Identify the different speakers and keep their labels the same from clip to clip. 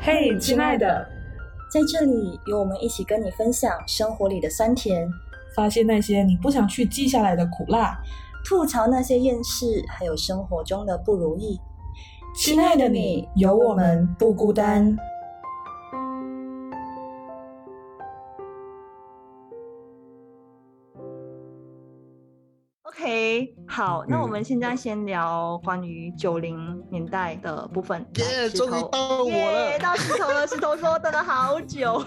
Speaker 1: 嘿，亲爱的，
Speaker 2: 在这里有我们一起跟你分享生活里的酸甜，
Speaker 1: 发现那些你不想去记下来的苦辣。
Speaker 2: 吐槽那些厌世，还有生活中的不如意。
Speaker 1: 亲爱的你，有我们不孤单。
Speaker 3: OK，好，那我
Speaker 4: 嗯
Speaker 3: 们现在先聊关于九零年代的部分。来
Speaker 4: 耶
Speaker 3: 石
Speaker 4: 终于
Speaker 3: 头
Speaker 4: 到我
Speaker 3: 耶
Speaker 4: 了
Speaker 3: 到石头了。石头说等了好久。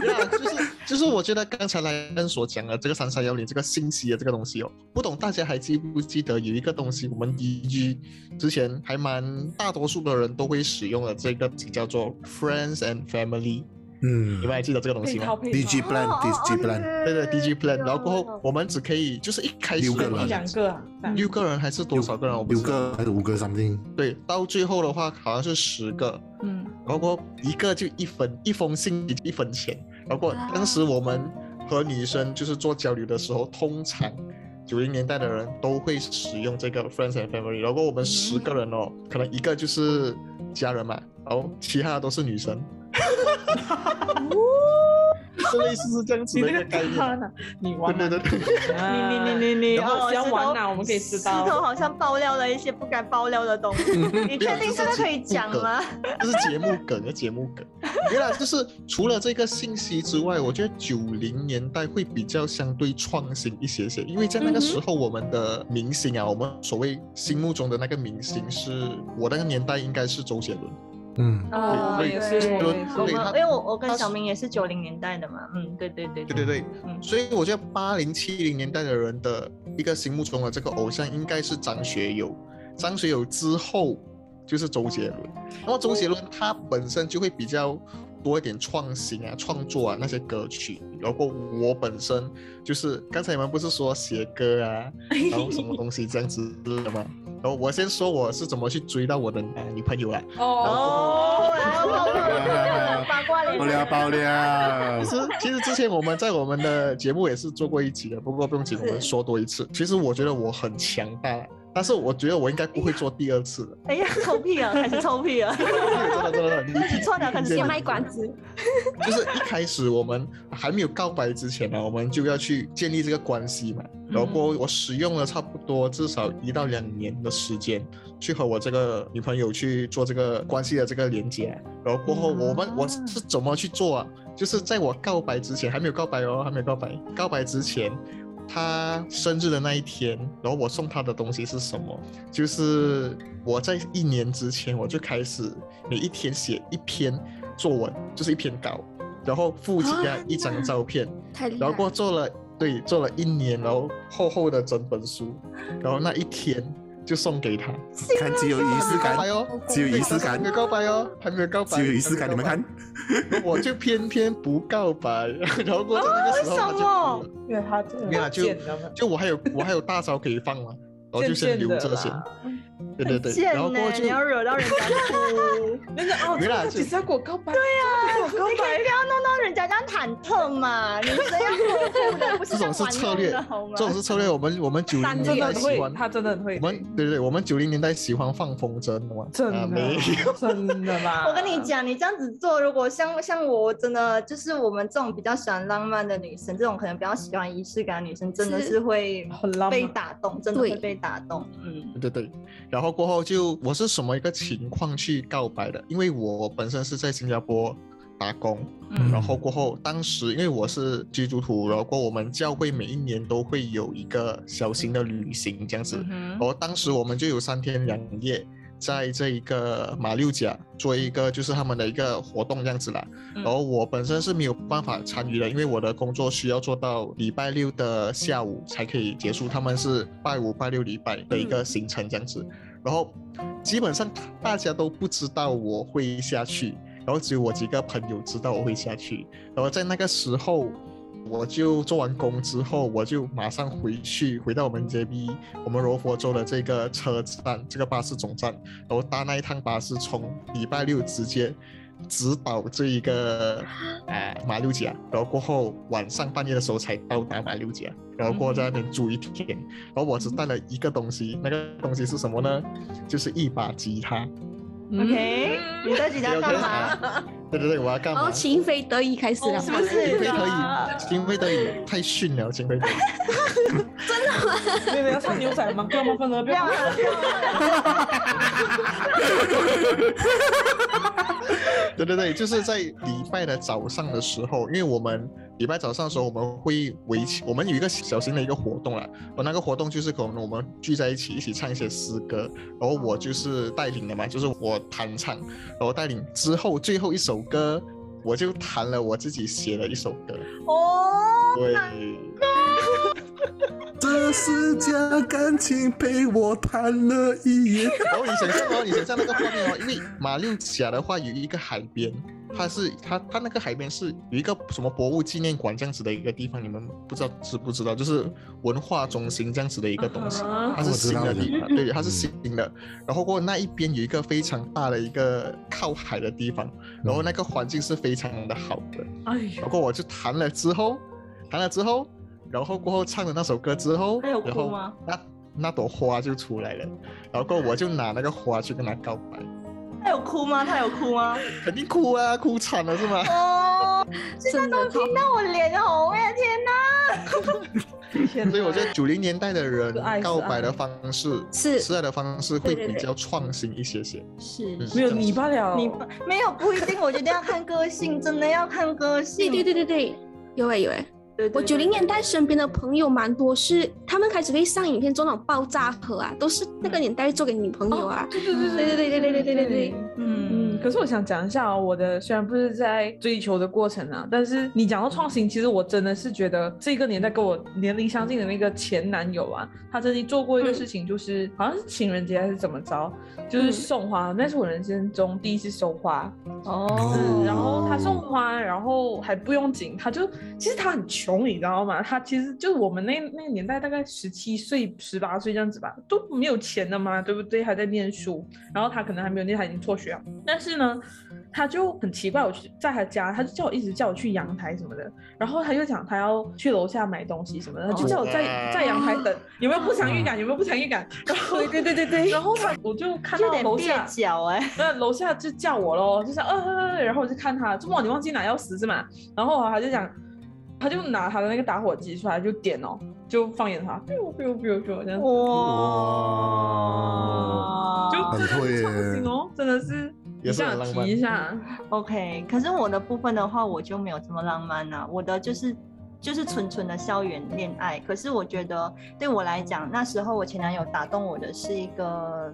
Speaker 4: 对啊，就是就是，我觉得刚才莱恩所讲的这个三三幺零这个信息的这个东西哦，不懂大家还记不记得有一个东西，我们移居之前还蛮大多数的人都会使用的这个词叫做 friends and family，
Speaker 5: 嗯
Speaker 4: 你们还记得这个东西吗？
Speaker 1: 配
Speaker 5: ，DG plan
Speaker 3: 哦
Speaker 5: DG plan，
Speaker 4: 对对，DG plan，然后过
Speaker 3: 有
Speaker 4: 后我们只可以就是一开始
Speaker 5: 六个
Speaker 4: 的话
Speaker 5: 人
Speaker 1: 一两个啊，这样
Speaker 4: 六个人还是多少个人？我不
Speaker 5: 有
Speaker 4: 知道
Speaker 5: 个还是五个 something，
Speaker 4: 对，到最后的话好像是十个，
Speaker 1: 嗯，
Speaker 4: 然后一个就一分，一封信一分钱。然后
Speaker 3: 啊
Speaker 4: 当时我们和女生就是做交流的时候，通常九零年代的人都会使用这个 friends and family。然后
Speaker 1: 嗯
Speaker 4: 我们十个人哦，可能一个就是家人嘛，然后其他的都是 女生。是类似是这样子
Speaker 1: 你
Speaker 4: 的
Speaker 1: 这
Speaker 4: 一
Speaker 1: 个
Speaker 4: 个概念，
Speaker 1: 渣男，你玩啊
Speaker 4: 对对对对，
Speaker 3: 你你你你你，
Speaker 1: 然后
Speaker 3: 哦
Speaker 1: 只要
Speaker 3: 石头
Speaker 1: 玩啊我们可以知道
Speaker 3: 石头好像爆料了一些不该爆料的东 西。你确定这个可以讲吗？
Speaker 4: 这是节目梗，这节目梗。原来就是除了这个信息之外，我觉得九零年代会比较相对创新一些些，因为在那个
Speaker 3: 嗯
Speaker 4: 时候，我们的明星啊，我们所谓心目中的那个明星是，我那个年代应该是周杰伦。
Speaker 5: 嗯，
Speaker 3: 哦
Speaker 4: 对
Speaker 1: 也
Speaker 3: 对
Speaker 1: 是，
Speaker 3: 对
Speaker 1: 我也
Speaker 3: 我
Speaker 4: 对
Speaker 3: 们
Speaker 1: 是
Speaker 4: 他
Speaker 3: 因为我我跟
Speaker 4: 他
Speaker 3: 小
Speaker 4: 是
Speaker 3: 明也是九零年代的嘛，嗯，对对对
Speaker 4: 对对对，
Speaker 3: 嗯，
Speaker 4: 所以我觉得八零七零年代的人的一个心目中的这个偶像应该是张学友，张学友之后就是周杰伦，然后周杰伦他本身就会比较多一点创新啊、创作啊那些歌曲，然后我本身就是刚才你们不是说写 歌啊，然后什么东西这样子的吗？然后我先说我是怎么去追到我的呃女朋友啊，
Speaker 3: 哦，来我我我我八卦
Speaker 5: 爆
Speaker 3: 脸，
Speaker 5: 料 爆料
Speaker 4: 其，实，其实之前我们在我们的节目也是做过一期的，不过不用紧，我们说多一次。其实我觉得我很强大，但是我觉得我应该不会做第二次的。
Speaker 3: 哎呀，臭屁啊，开始臭屁啊，
Speaker 4: 真的真的，你
Speaker 3: 你错了，开始
Speaker 4: 先
Speaker 3: 卖关子。
Speaker 4: 就是一开始我们还没有告白之前呢，我们就要去建立这个关系嘛。然后过后我使用了差不多至少一到两年的时间，去和我这个女朋友去做这个关系的这个连接。然后过后我们
Speaker 3: 啊
Speaker 4: 我是怎么去做啊？就是在我告白之前，还没有告白哦，还没有告白，告白之前。她生日的那一天，然后我送她的东西是什么？就是我在一年之前我就开始每一天写一篇作文，就是一篇稿，然后附加一张照片，
Speaker 6: 太厉
Speaker 4: 然后
Speaker 6: 害
Speaker 4: 过
Speaker 6: 了
Speaker 4: 后做了对做了一年，然后厚厚的整本书，然后那一天就送给他，
Speaker 5: 看只有仪式
Speaker 4: 告白
Speaker 5: 感，
Speaker 4: 哦，
Speaker 5: 只有仪式
Speaker 4: 还
Speaker 5: 感
Speaker 4: 没，有告白哦，还没有告白，
Speaker 5: 只有仪式感，
Speaker 4: 还
Speaker 5: 你
Speaker 4: 没
Speaker 5: 们
Speaker 4: 有告白
Speaker 5: 看，，
Speaker 4: 我就偏偏不告白，然后过后在那个时候他就
Speaker 3: 为
Speaker 4: 哭了
Speaker 3: 什，
Speaker 1: 因为他真
Speaker 4: 没有
Speaker 1: 的
Speaker 4: 啊就
Speaker 1: 贱，你知道吗？
Speaker 4: 就我还有我还有大招可以放嘛，然后就
Speaker 1: 贱
Speaker 4: 先留
Speaker 1: 贱的
Speaker 4: 着
Speaker 1: 啦
Speaker 4: 先，对对对，
Speaker 3: 贱
Speaker 4: 然后
Speaker 3: 呢
Speaker 4: 过后，就
Speaker 3: 你要惹到人 家哭，
Speaker 1: 那个哦，
Speaker 4: 没
Speaker 1: 真
Speaker 4: 啦
Speaker 1: 的
Speaker 4: 就
Speaker 1: 只是要给我告白，对呀，我告
Speaker 3: 你可以
Speaker 1: 白
Speaker 3: 不，要弄到人家这样忐忑嘛，你这 样哭的不是
Speaker 4: 这种是策略， 这种是策略。我们我们九零
Speaker 6: 三
Speaker 4: 年
Speaker 1: 真的
Speaker 4: 代
Speaker 1: 很
Speaker 4: 喜
Speaker 1: 会，
Speaker 4: 欢，
Speaker 1: 他真的很会
Speaker 4: 我，们对对对，我们九零年代喜欢放风筝的嘛，
Speaker 1: 真
Speaker 4: 啊
Speaker 1: 的
Speaker 4: 没 有，
Speaker 1: 真的啦。
Speaker 3: 我跟你，讲，你这样子做，如果像像我真的就是我们这种比较喜欢浪漫的女生，这种可能比较喜欢仪式感的女生，真的是会
Speaker 1: 很浪漫
Speaker 3: 被打动，真的会
Speaker 6: 对
Speaker 3: 被打动。嗯，
Speaker 4: 对对对。然后过后就我是什么一个情况去告白的？因为我本身是在新加坡打工，
Speaker 3: 嗯
Speaker 4: 然后过后当时因为我是基督徒，然后过后我们教会每一年都会有一个小型的旅行这样子，
Speaker 3: 嗯
Speaker 4: 然后哦当时我们就有三天两夜。在这一个马六甲做一个就是他们的一个活动这样子啦，
Speaker 3: 嗯
Speaker 4: 然后我本身是没有办法参与的，因为我的工作需要做到礼拜六的下午才可以结束，他们是拜五、拜六、礼拜的一个行程这样子。然后基本上大家都不知道我会下去，然后只有我几个朋友知道我会下去。然后在那个时候，我就做完工之后，我就马上回去，回到我们 JB 我们柔佛州的这个车站，这个巴士总站，然后搭那一趟巴士从礼拜六直接直导这一个呃马六甲，然后过后晚上半夜的时候才到达马六甲，然后过后在那边住一天，然后我只带了一个东西，那个东西是什么呢？就是一把吉他。
Speaker 3: OK，你在举家干嘛？
Speaker 4: 对对对，我要干嘛
Speaker 6: 哦，？情非得已开始了，
Speaker 3: 是不是
Speaker 4: 情非得
Speaker 3: 啊
Speaker 4: 已，情非得已太逊了，情非得已。
Speaker 1: 没有没有唱牛仔吗？不要麻烦了，不要麻烦了。
Speaker 4: 对对对，就是在礼拜的早上的时候，因为我们礼拜早上的时候，我们会围棋，我们有一个小型的一个活动啦。我那个活动就是可能我们聚在一起，一起唱一些诗歌，然后我就是带领的嘛，就是我弹唱，然后带领之后最后一首歌，我就弹了我自己写的一首歌。
Speaker 3: 哦，
Speaker 4: 对，
Speaker 5: 这是假感情陪我谈了一夜。
Speaker 4: 然后你想象哦，你想象那个画面哦，因为马六甲的话有一个海边，它是它它那个海边是有一个什么博物纪念馆这样子的一个地方，你们不知道知不知道？就是文化中心这样子的一个东 西，
Speaker 1: 啊哈
Speaker 4: 它是
Speaker 5: 我知
Speaker 4: 新
Speaker 5: 道
Speaker 4: 的
Speaker 5: 的
Speaker 4: 地方，对，它是
Speaker 5: 嗯
Speaker 4: 新的。然后过后那一边有一个非常大的一个靠海的地方，然后那个环境是非常的好的。
Speaker 1: 哎
Speaker 4: 然
Speaker 1: 呦，
Speaker 4: 后我就弹了之后，弹了之后，然后过后唱了那首歌之后，
Speaker 3: 那有哭
Speaker 4: 然后
Speaker 3: 吗
Speaker 4: 那那朵花就出来了，然后过后我就拿那个花去跟他告白，
Speaker 3: 他有哭吗？他有哭吗？
Speaker 4: 肯定哭啊，哭惨了是吗？
Speaker 3: 哦，
Speaker 6: 真的
Speaker 3: 听到我脸红哎，天哪！
Speaker 1: 天
Speaker 4: 所以我觉
Speaker 1: 得
Speaker 4: 得九零年代的人
Speaker 1: 是爱是
Speaker 4: 告白
Speaker 1: 爱
Speaker 4: 的方式
Speaker 6: 是
Speaker 4: 时代的方式会
Speaker 6: 对对
Speaker 4: 比
Speaker 6: 对
Speaker 4: 较创新一些些，
Speaker 6: 是
Speaker 4: 嗯
Speaker 1: 没有你罢了。
Speaker 3: 你没有不一定，我觉得要看个性，真的要看个
Speaker 6: 对
Speaker 3: 性。
Speaker 6: 对对对对，有哎、有哎、
Speaker 3: 对对
Speaker 6: 我九零年代身边的朋友蛮多是，他们开始会上影片做那种爆炸盒啊，都是那
Speaker 4: 嗯
Speaker 6: 个年代做给女朋友啊。
Speaker 1: 对对对
Speaker 6: 对对对对对对对对。
Speaker 3: 嗯
Speaker 1: 嗯，可是我想讲一下哦，我的虽然不是在追求的过程啊，但是你讲到创新，其实我真的是觉得这个年代跟我年龄相近的那个前男友啊，他曾经做过一个事情，就是、好像是情人节还是怎么着，就是送花，那是我人生中第一次收花，
Speaker 3: 哦，
Speaker 1: 然后他送花，然后还不用紧，他就其实他很穷，你知道吗？他其实就是我们那那个年代，大概十七岁、十八岁这样子吧，都没有钱的嘛，对不对？还在念书，然后他可能还没有念，他已经辍学了。但是呢，他就很奇怪，我去在他家，他就叫我一直叫我去阳台什么的，然后他就讲他要去楼下买东西什么的，他就叫我在、
Speaker 4: 哇
Speaker 1: 在阳台等，有没有不祥预感？有没有不祥预感？ 然后哦对对对对对，然后他我就看
Speaker 3: 有
Speaker 1: 到
Speaker 3: 点
Speaker 1: 楼
Speaker 3: 蹩
Speaker 1: 下。
Speaker 3: 脚哎，
Speaker 1: 那楼下就叫我咯，就想呃呃，呃然后我就看他，这么你忘记拿钥匙是吗？然后啊他就讲，他就拿他的那个打火机出来就点哦，就放眼他，biu biu biu biu 这样，
Speaker 5: 哇
Speaker 1: 就
Speaker 3: 就
Speaker 5: 很
Speaker 1: 真的
Speaker 5: 会
Speaker 1: 是
Speaker 5: 耶
Speaker 1: 创新哦，真的是
Speaker 4: 也
Speaker 1: 一
Speaker 4: 是
Speaker 1: 下
Speaker 4: 很浪
Speaker 1: 提
Speaker 4: 漫
Speaker 1: 一下，
Speaker 3: OK，可是我的部分的话，我就没有这么浪漫啊，我的就是就是纯纯的校园恋爱。可是我觉得对我来讲，那时候我前男友打动我的是一个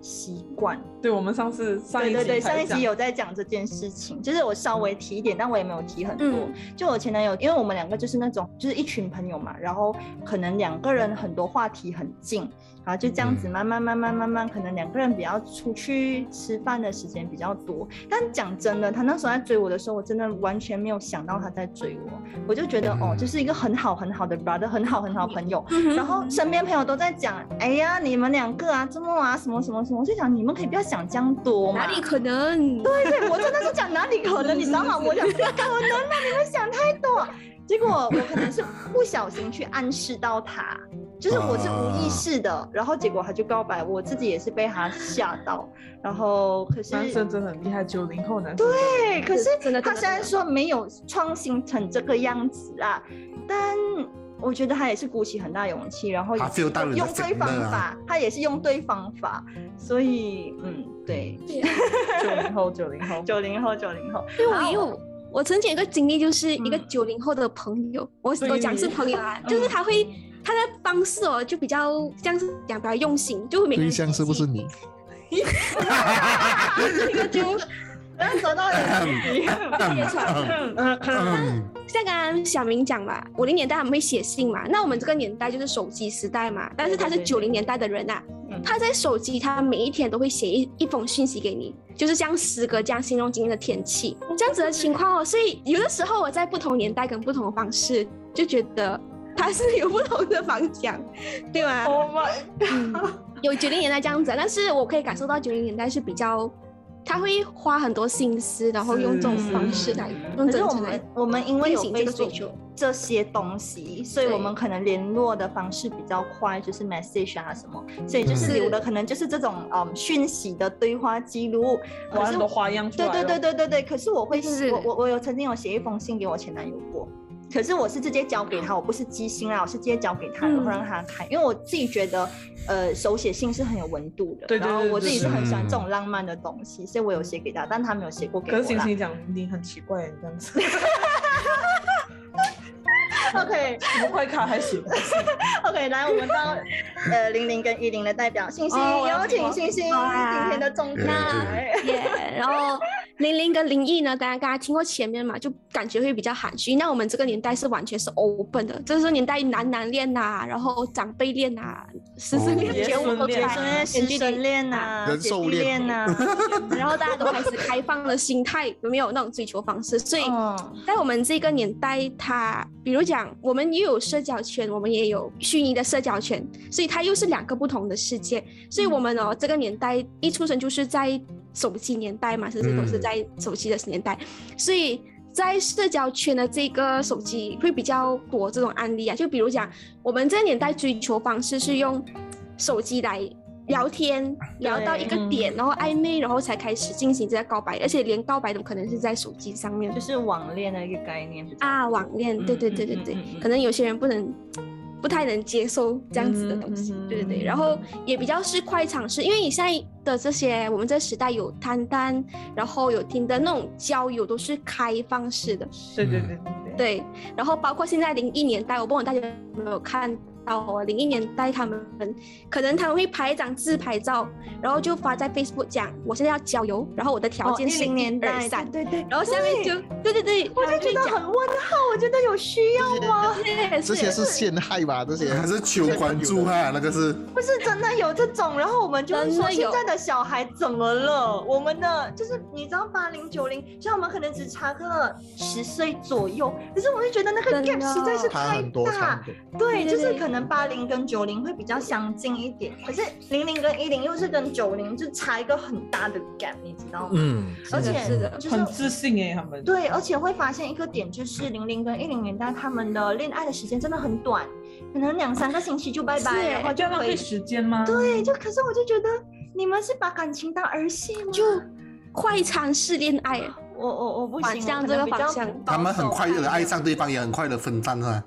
Speaker 3: 习惯。
Speaker 1: 对我们上次上一
Speaker 3: 对
Speaker 1: 集
Speaker 3: 对对，
Speaker 1: 才
Speaker 3: 上一集
Speaker 1: 讲
Speaker 3: 有在讲这件事情，就是我稍微提一点，但我也没有提很多。
Speaker 6: 嗯
Speaker 3: 就我前男友，因为我们两个就是那种就是一群朋友嘛，然后可能两个人很多话题很近，然后就这样子
Speaker 5: 嗯
Speaker 3: 慢慢慢慢慢慢，可能两个人比较出去吃饭的时间比较多。但讲真的，他那时候在追我的时候，我真的完全没有想到他在追我，我就觉得、哦，
Speaker 5: 嗯
Speaker 3: 就是一个很好很好的 brother，很好很好的朋友。
Speaker 6: 嗯哼
Speaker 3: 然后身边朋友都
Speaker 6: 嗯
Speaker 3: 在讲，哎呀，你们两个啊，周末啊，什么什么什么，我就想你们可以不要想这样多嘛。
Speaker 6: 哪里可能？对，
Speaker 3: 对，我真的是讲哪里可能，你知道吗？我讲不可能啊，你们想太多。结果我可能是不小心去暗示到他，就是我是无
Speaker 6: 啊
Speaker 3: 意识的，然后结果他就告白，我自己也是被他吓到。然后可是
Speaker 1: 男生真的很厉害，九零后男生真的
Speaker 3: 对，可是
Speaker 6: 真的真的
Speaker 3: 他虽然说没有创新成这个样子啊，但我觉得他也是鼓起很大勇气，然后也
Speaker 5: 他
Speaker 3: 是
Speaker 5: feel 到人的
Speaker 3: 用对
Speaker 5: 情了
Speaker 3: 方
Speaker 5: 啊
Speaker 3: 法，他也是用对方法，所以嗯，对，
Speaker 1: 九零后九零后，
Speaker 3: 九零后，九零 后，
Speaker 6: 因为我也有，我曾经有一个经历，就是一个
Speaker 3: 嗯
Speaker 6: 九零后的朋友，我
Speaker 1: 对
Speaker 6: 我讲是朋友啊，
Speaker 1: 嗯
Speaker 6: 就是他会他的方式哦，就比较这样子讲比较用心，就每个
Speaker 4: 对
Speaker 6: 人
Speaker 4: 象是不是你？
Speaker 6: 这个就
Speaker 3: 然后走到了
Speaker 5: 嗯
Speaker 6: 像刚刚小明讲嘛，五零年代他们会写信嘛，那我们这个年代就是手机时代嘛，但是他是
Speaker 3: 对对
Speaker 6: 九
Speaker 3: 对
Speaker 6: 零年代的人啊
Speaker 3: 嗯，
Speaker 6: 他在手机他每一天都会写一一封讯息给你，就是像诗歌这样形容今天的天气，这样子的 情况哦，所以有的时候我在不同年代跟不同的方式就觉得。他是有不同的方向，对吗？
Speaker 3: 哦
Speaker 1: Oh my
Speaker 6: 嗯有九零年代这样子啊，但是我可以感受到九零年代是比较他会花很多心思，然后用这种方式来
Speaker 3: 可
Speaker 6: 用
Speaker 3: 是
Speaker 6: 真
Speaker 3: 我
Speaker 6: 诚来
Speaker 3: 们我们因为有
Speaker 6: 进行
Speaker 3: 被
Speaker 6: 这个追
Speaker 3: 锁
Speaker 6: 求
Speaker 3: 这些东西，所以
Speaker 6: 对
Speaker 3: 我们可能联络的方式比较快，就是 message 啊什么，所以就是
Speaker 6: 嗯
Speaker 3: 留的可能就是这种嗯讯息的对话记录。
Speaker 1: 玩
Speaker 3: 可
Speaker 1: 很
Speaker 3: 是
Speaker 1: 多花样出来
Speaker 3: 对
Speaker 1: 了。
Speaker 3: 对对对对对，可是我会
Speaker 6: 就是
Speaker 3: 我我我有曾经有写一封信给我前男友过。可是我是直接交给他，我不是机心啊，我是直接交给他，
Speaker 6: 嗯
Speaker 3: 然后让他看，因为我自己觉得，呃，手写信是很有温度的，
Speaker 1: 对对对
Speaker 3: 然后我自己是很喜欢
Speaker 5: 对
Speaker 3: 这种浪漫的东西，所以我有写给他，但他没有写过给我
Speaker 1: 可
Speaker 3: 啦。
Speaker 1: 是星星讲你很奇怪，你这样子，
Speaker 3: OK，
Speaker 1: 怎么怪咖还行？
Speaker 3: OK，来，我们到呃零零跟一零的代表星星，
Speaker 6: 哦我要
Speaker 3: 有请
Speaker 6: 听
Speaker 3: 星星
Speaker 6: 好啊
Speaker 3: 今天的重点。哎
Speaker 5: 对
Speaker 6: 耶。然后零零跟零一呢，大家刚才听过前面嘛，就感觉会比较含蓄。那我们这个年代是完全是 open 的，这是年代男男恋呐、然后长辈恋呐、师生恋
Speaker 5: 哦、
Speaker 1: 爷
Speaker 6: 全部
Speaker 1: 孙
Speaker 6: 都
Speaker 1: 恋
Speaker 6: 在
Speaker 1: 啊
Speaker 3: 对，
Speaker 6: 远距
Speaker 3: 师生
Speaker 6: 离。
Speaker 3: 恋呐，
Speaker 4: 人
Speaker 3: 姐
Speaker 4: 兽
Speaker 3: 弟
Speaker 4: 恋
Speaker 3: 恋啊呐，
Speaker 6: 然后大家都开始开放了心态，有没有那种追求方式？所以
Speaker 3: 嗯，
Speaker 6: 在我们这个年代，它比如讲，我们也有社交圈，我们也有虚拟的社交圈，所以它又是两个不同的世界。所以我们哦，这个年代一出生就是在手机年代嘛，甚至都是
Speaker 5: 嗯
Speaker 6: 在手机的年代，所以。在社交圈的这个手机会比较多这种案例啊，就比如讲，我们这个年代追求方式是用手机来聊天，聊到一个
Speaker 1: 嗯
Speaker 6: 点，然后暧昧，然后才开始进行这个告白，而且连告白都可能是在手机上面。
Speaker 3: 就是网恋的一个概念。
Speaker 6: 啊，网恋，对对对对
Speaker 1: 嗯嗯
Speaker 6: 对
Speaker 1: 嗯嗯，嗯
Speaker 6: 可能有些人不能。不太能接受这样子的东西，
Speaker 1: 嗯哼
Speaker 6: 对对
Speaker 1: 嗯
Speaker 6: 对，
Speaker 1: 哼
Speaker 6: 然后也比较是快尝试，因为你现在的这些，我们这时代有摊单，然后有听的那种交友都是开放式的，
Speaker 1: 对对对对对。
Speaker 6: 对，然后包括现在零一年代，我不知道大家有没有看到哦，零一年代他们可能他们会拍一张自拍照，然后就发在 Facebook 讲我现在要交友，然后我的
Speaker 1: 哦
Speaker 6: 条件是
Speaker 3: 零年
Speaker 6: 二
Speaker 3: 代，
Speaker 6: 三，
Speaker 3: 对对，
Speaker 6: 然后下面就对对对，
Speaker 3: 我
Speaker 6: 他
Speaker 3: 就
Speaker 6: 们
Speaker 3: 觉得
Speaker 6: 讲
Speaker 3: 很问号，我觉得有需要吗？
Speaker 6: 对
Speaker 4: 这些是陷害吧？这些
Speaker 5: 还是求关注
Speaker 4: 啊？
Speaker 5: 哈，那个是
Speaker 3: 不是真的有这种，然后我们就会
Speaker 6: 真
Speaker 3: 说
Speaker 6: 的
Speaker 3: 现
Speaker 6: 有
Speaker 3: 在的小孩怎么了？我们的就是你知道八零九零，像我们可能只差个十岁左右，可是我会觉得那个
Speaker 6: 真的
Speaker 3: gap 实在是
Speaker 4: 差
Speaker 3: 太
Speaker 4: 很多，差
Speaker 3: 大
Speaker 4: 很，多。
Speaker 3: 对，
Speaker 6: 对
Speaker 3: 就是
Speaker 6: 对
Speaker 3: 可能八零跟九零会比较相近一点，可是零零跟一零又是跟九零就差一个很大的 gap，你知道吗？
Speaker 5: 嗯，
Speaker 3: 而且
Speaker 6: 是的
Speaker 3: 就
Speaker 1: 很
Speaker 3: 是。
Speaker 1: 自信哎、他们。
Speaker 3: 对，而且会发现一个点，就是零零跟一零年代他们的恋爱的时间真的很短，可能两三个星期就拜
Speaker 6: 是
Speaker 3: 拜，
Speaker 6: 耶
Speaker 3: 然后就
Speaker 1: 要浪
Speaker 3: 可
Speaker 1: 费
Speaker 3: 以。
Speaker 1: 时间吗？
Speaker 3: 对，就可是我就觉得你们是把感情当儿戏吗？
Speaker 6: 就快餐式恋爱，
Speaker 3: 我我我不
Speaker 6: 反
Speaker 3: 行，
Speaker 6: 向
Speaker 3: 我可能
Speaker 6: 这个
Speaker 3: 比
Speaker 6: 方
Speaker 3: 较
Speaker 6: 向
Speaker 3: 保
Speaker 5: 他们很
Speaker 3: 守
Speaker 5: 快
Speaker 3: 派
Speaker 5: 的爱上对方，也很快的分散啊。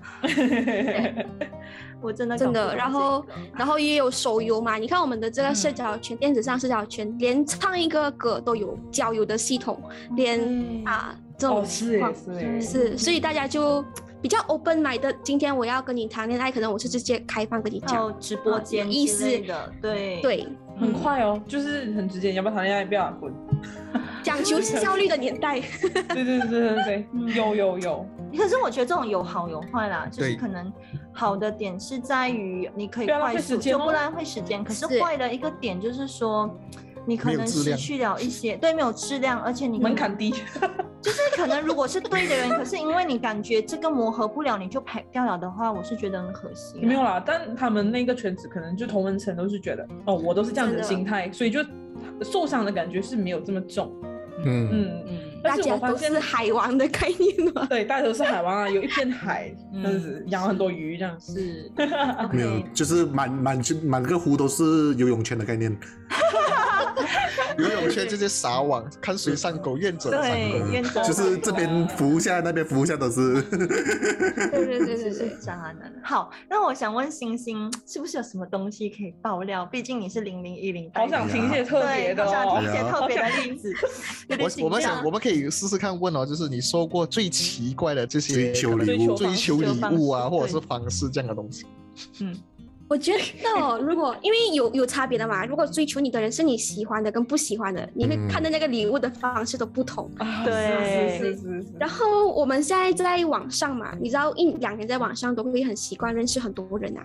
Speaker 3: 我真的
Speaker 6: 真
Speaker 3: 搞
Speaker 6: 的
Speaker 3: 不懂
Speaker 6: 然
Speaker 3: 这
Speaker 6: 后
Speaker 3: 个
Speaker 6: 然后也有手游嘛。你看我们的这个社交圈，电子上社交圈，连唱一个歌都有交友的系统，
Speaker 3: 嗯
Speaker 6: 连啊这种
Speaker 1: 哦，
Speaker 6: 情
Speaker 1: 是
Speaker 6: 况
Speaker 1: 哎，是哎，
Speaker 6: 是，所以大家就比较 open mind 的。今天我要跟你谈恋爱，可能我是直接开放跟你
Speaker 3: 还有
Speaker 6: 讲，
Speaker 3: 哦直播间
Speaker 6: 嗯意
Speaker 3: 之
Speaker 6: 思
Speaker 3: 类的，对，
Speaker 6: 对，
Speaker 1: 很快哦，就是很直接，你要不要谈恋爱？不要 滚。
Speaker 6: 讲 求效率的年代，
Speaker 1: 对对对对对
Speaker 3: 嗯
Speaker 1: 对，有有有，
Speaker 3: 可是我觉得这种有好有坏啦，就是
Speaker 4: 对
Speaker 3: 可能好的点是在于你可以
Speaker 1: 不要浪
Speaker 3: 快
Speaker 1: 费
Speaker 3: 速，
Speaker 1: 时间
Speaker 3: 就
Speaker 1: 哦
Speaker 3: 不浪费时间。可是
Speaker 6: 是
Speaker 3: 坏的一个点就是说，你可
Speaker 4: 没有
Speaker 3: 能
Speaker 4: 质
Speaker 3: 失
Speaker 4: 量
Speaker 3: 去了一些，对，没有质量，而且你可能
Speaker 1: 门槛低。
Speaker 3: 就是可能如果是对的人，可是因为你感觉这个磨合不了，你就排掉了的话，我是觉得很可惜
Speaker 6: 嗯
Speaker 3: 啦。
Speaker 1: 没有啦，但他们那个圈子可能就同文层都是觉得，哦，我都是这样子的
Speaker 6: 真的
Speaker 1: 心态，所以就受伤的感觉是没有这么重。
Speaker 5: 嗯，
Speaker 1: 嗯，
Speaker 3: 嗯，
Speaker 6: 大
Speaker 1: 但是
Speaker 6: 家
Speaker 1: 我发
Speaker 6: 都
Speaker 1: 现
Speaker 6: 是海王的概念嘛。
Speaker 1: 对，大家都是海王啊，有一片海，
Speaker 3: 嗯
Speaker 1: 这样子养很多鱼这样子。
Speaker 3: 是
Speaker 1: 啊
Speaker 5: 没有，就是满满满个湖都是游泳圈的概念。
Speaker 4: 游泳圈这些撒网，看谁上钩，愿者上
Speaker 3: 对，啊
Speaker 4: 钩。
Speaker 3: 愿者
Speaker 5: 嗯就是这边扶一下，那边扶一下都是。
Speaker 6: 对对对
Speaker 3: 就
Speaker 6: 对
Speaker 3: 是
Speaker 6: 对。
Speaker 3: 渣男。好，那我想问星星，是不是有什么东西可以爆料？毕竟你是零零一零，
Speaker 1: 好想听一些特别的
Speaker 3: 对好
Speaker 1: 哦
Speaker 3: 想听一些特别的例子。 有点
Speaker 4: 啊我
Speaker 3: 紧
Speaker 4: 我们
Speaker 3: 张啊
Speaker 4: 想，我们可以试试看问哦，就是你收过最奇怪的这些
Speaker 5: 追求
Speaker 4: 可能
Speaker 5: 礼物
Speaker 4: 追求
Speaker 3: 追求
Speaker 4: 礼
Speaker 3: 方
Speaker 4: 物啊，
Speaker 3: 式
Speaker 4: 或者
Speaker 3: 对
Speaker 4: 是方式这样的东西。
Speaker 6: 我觉得哦，如果因为有有差别的嘛，如果追求你的人是你喜欢的跟不喜欢的，你会
Speaker 5: 嗯
Speaker 6: 看待那个礼物的方式都不同。
Speaker 1: 啊
Speaker 3: 对
Speaker 1: 是是是是是。
Speaker 6: 然后我们现在在网上嘛，你知道一两年在网上都会很习惯认识很多人啊，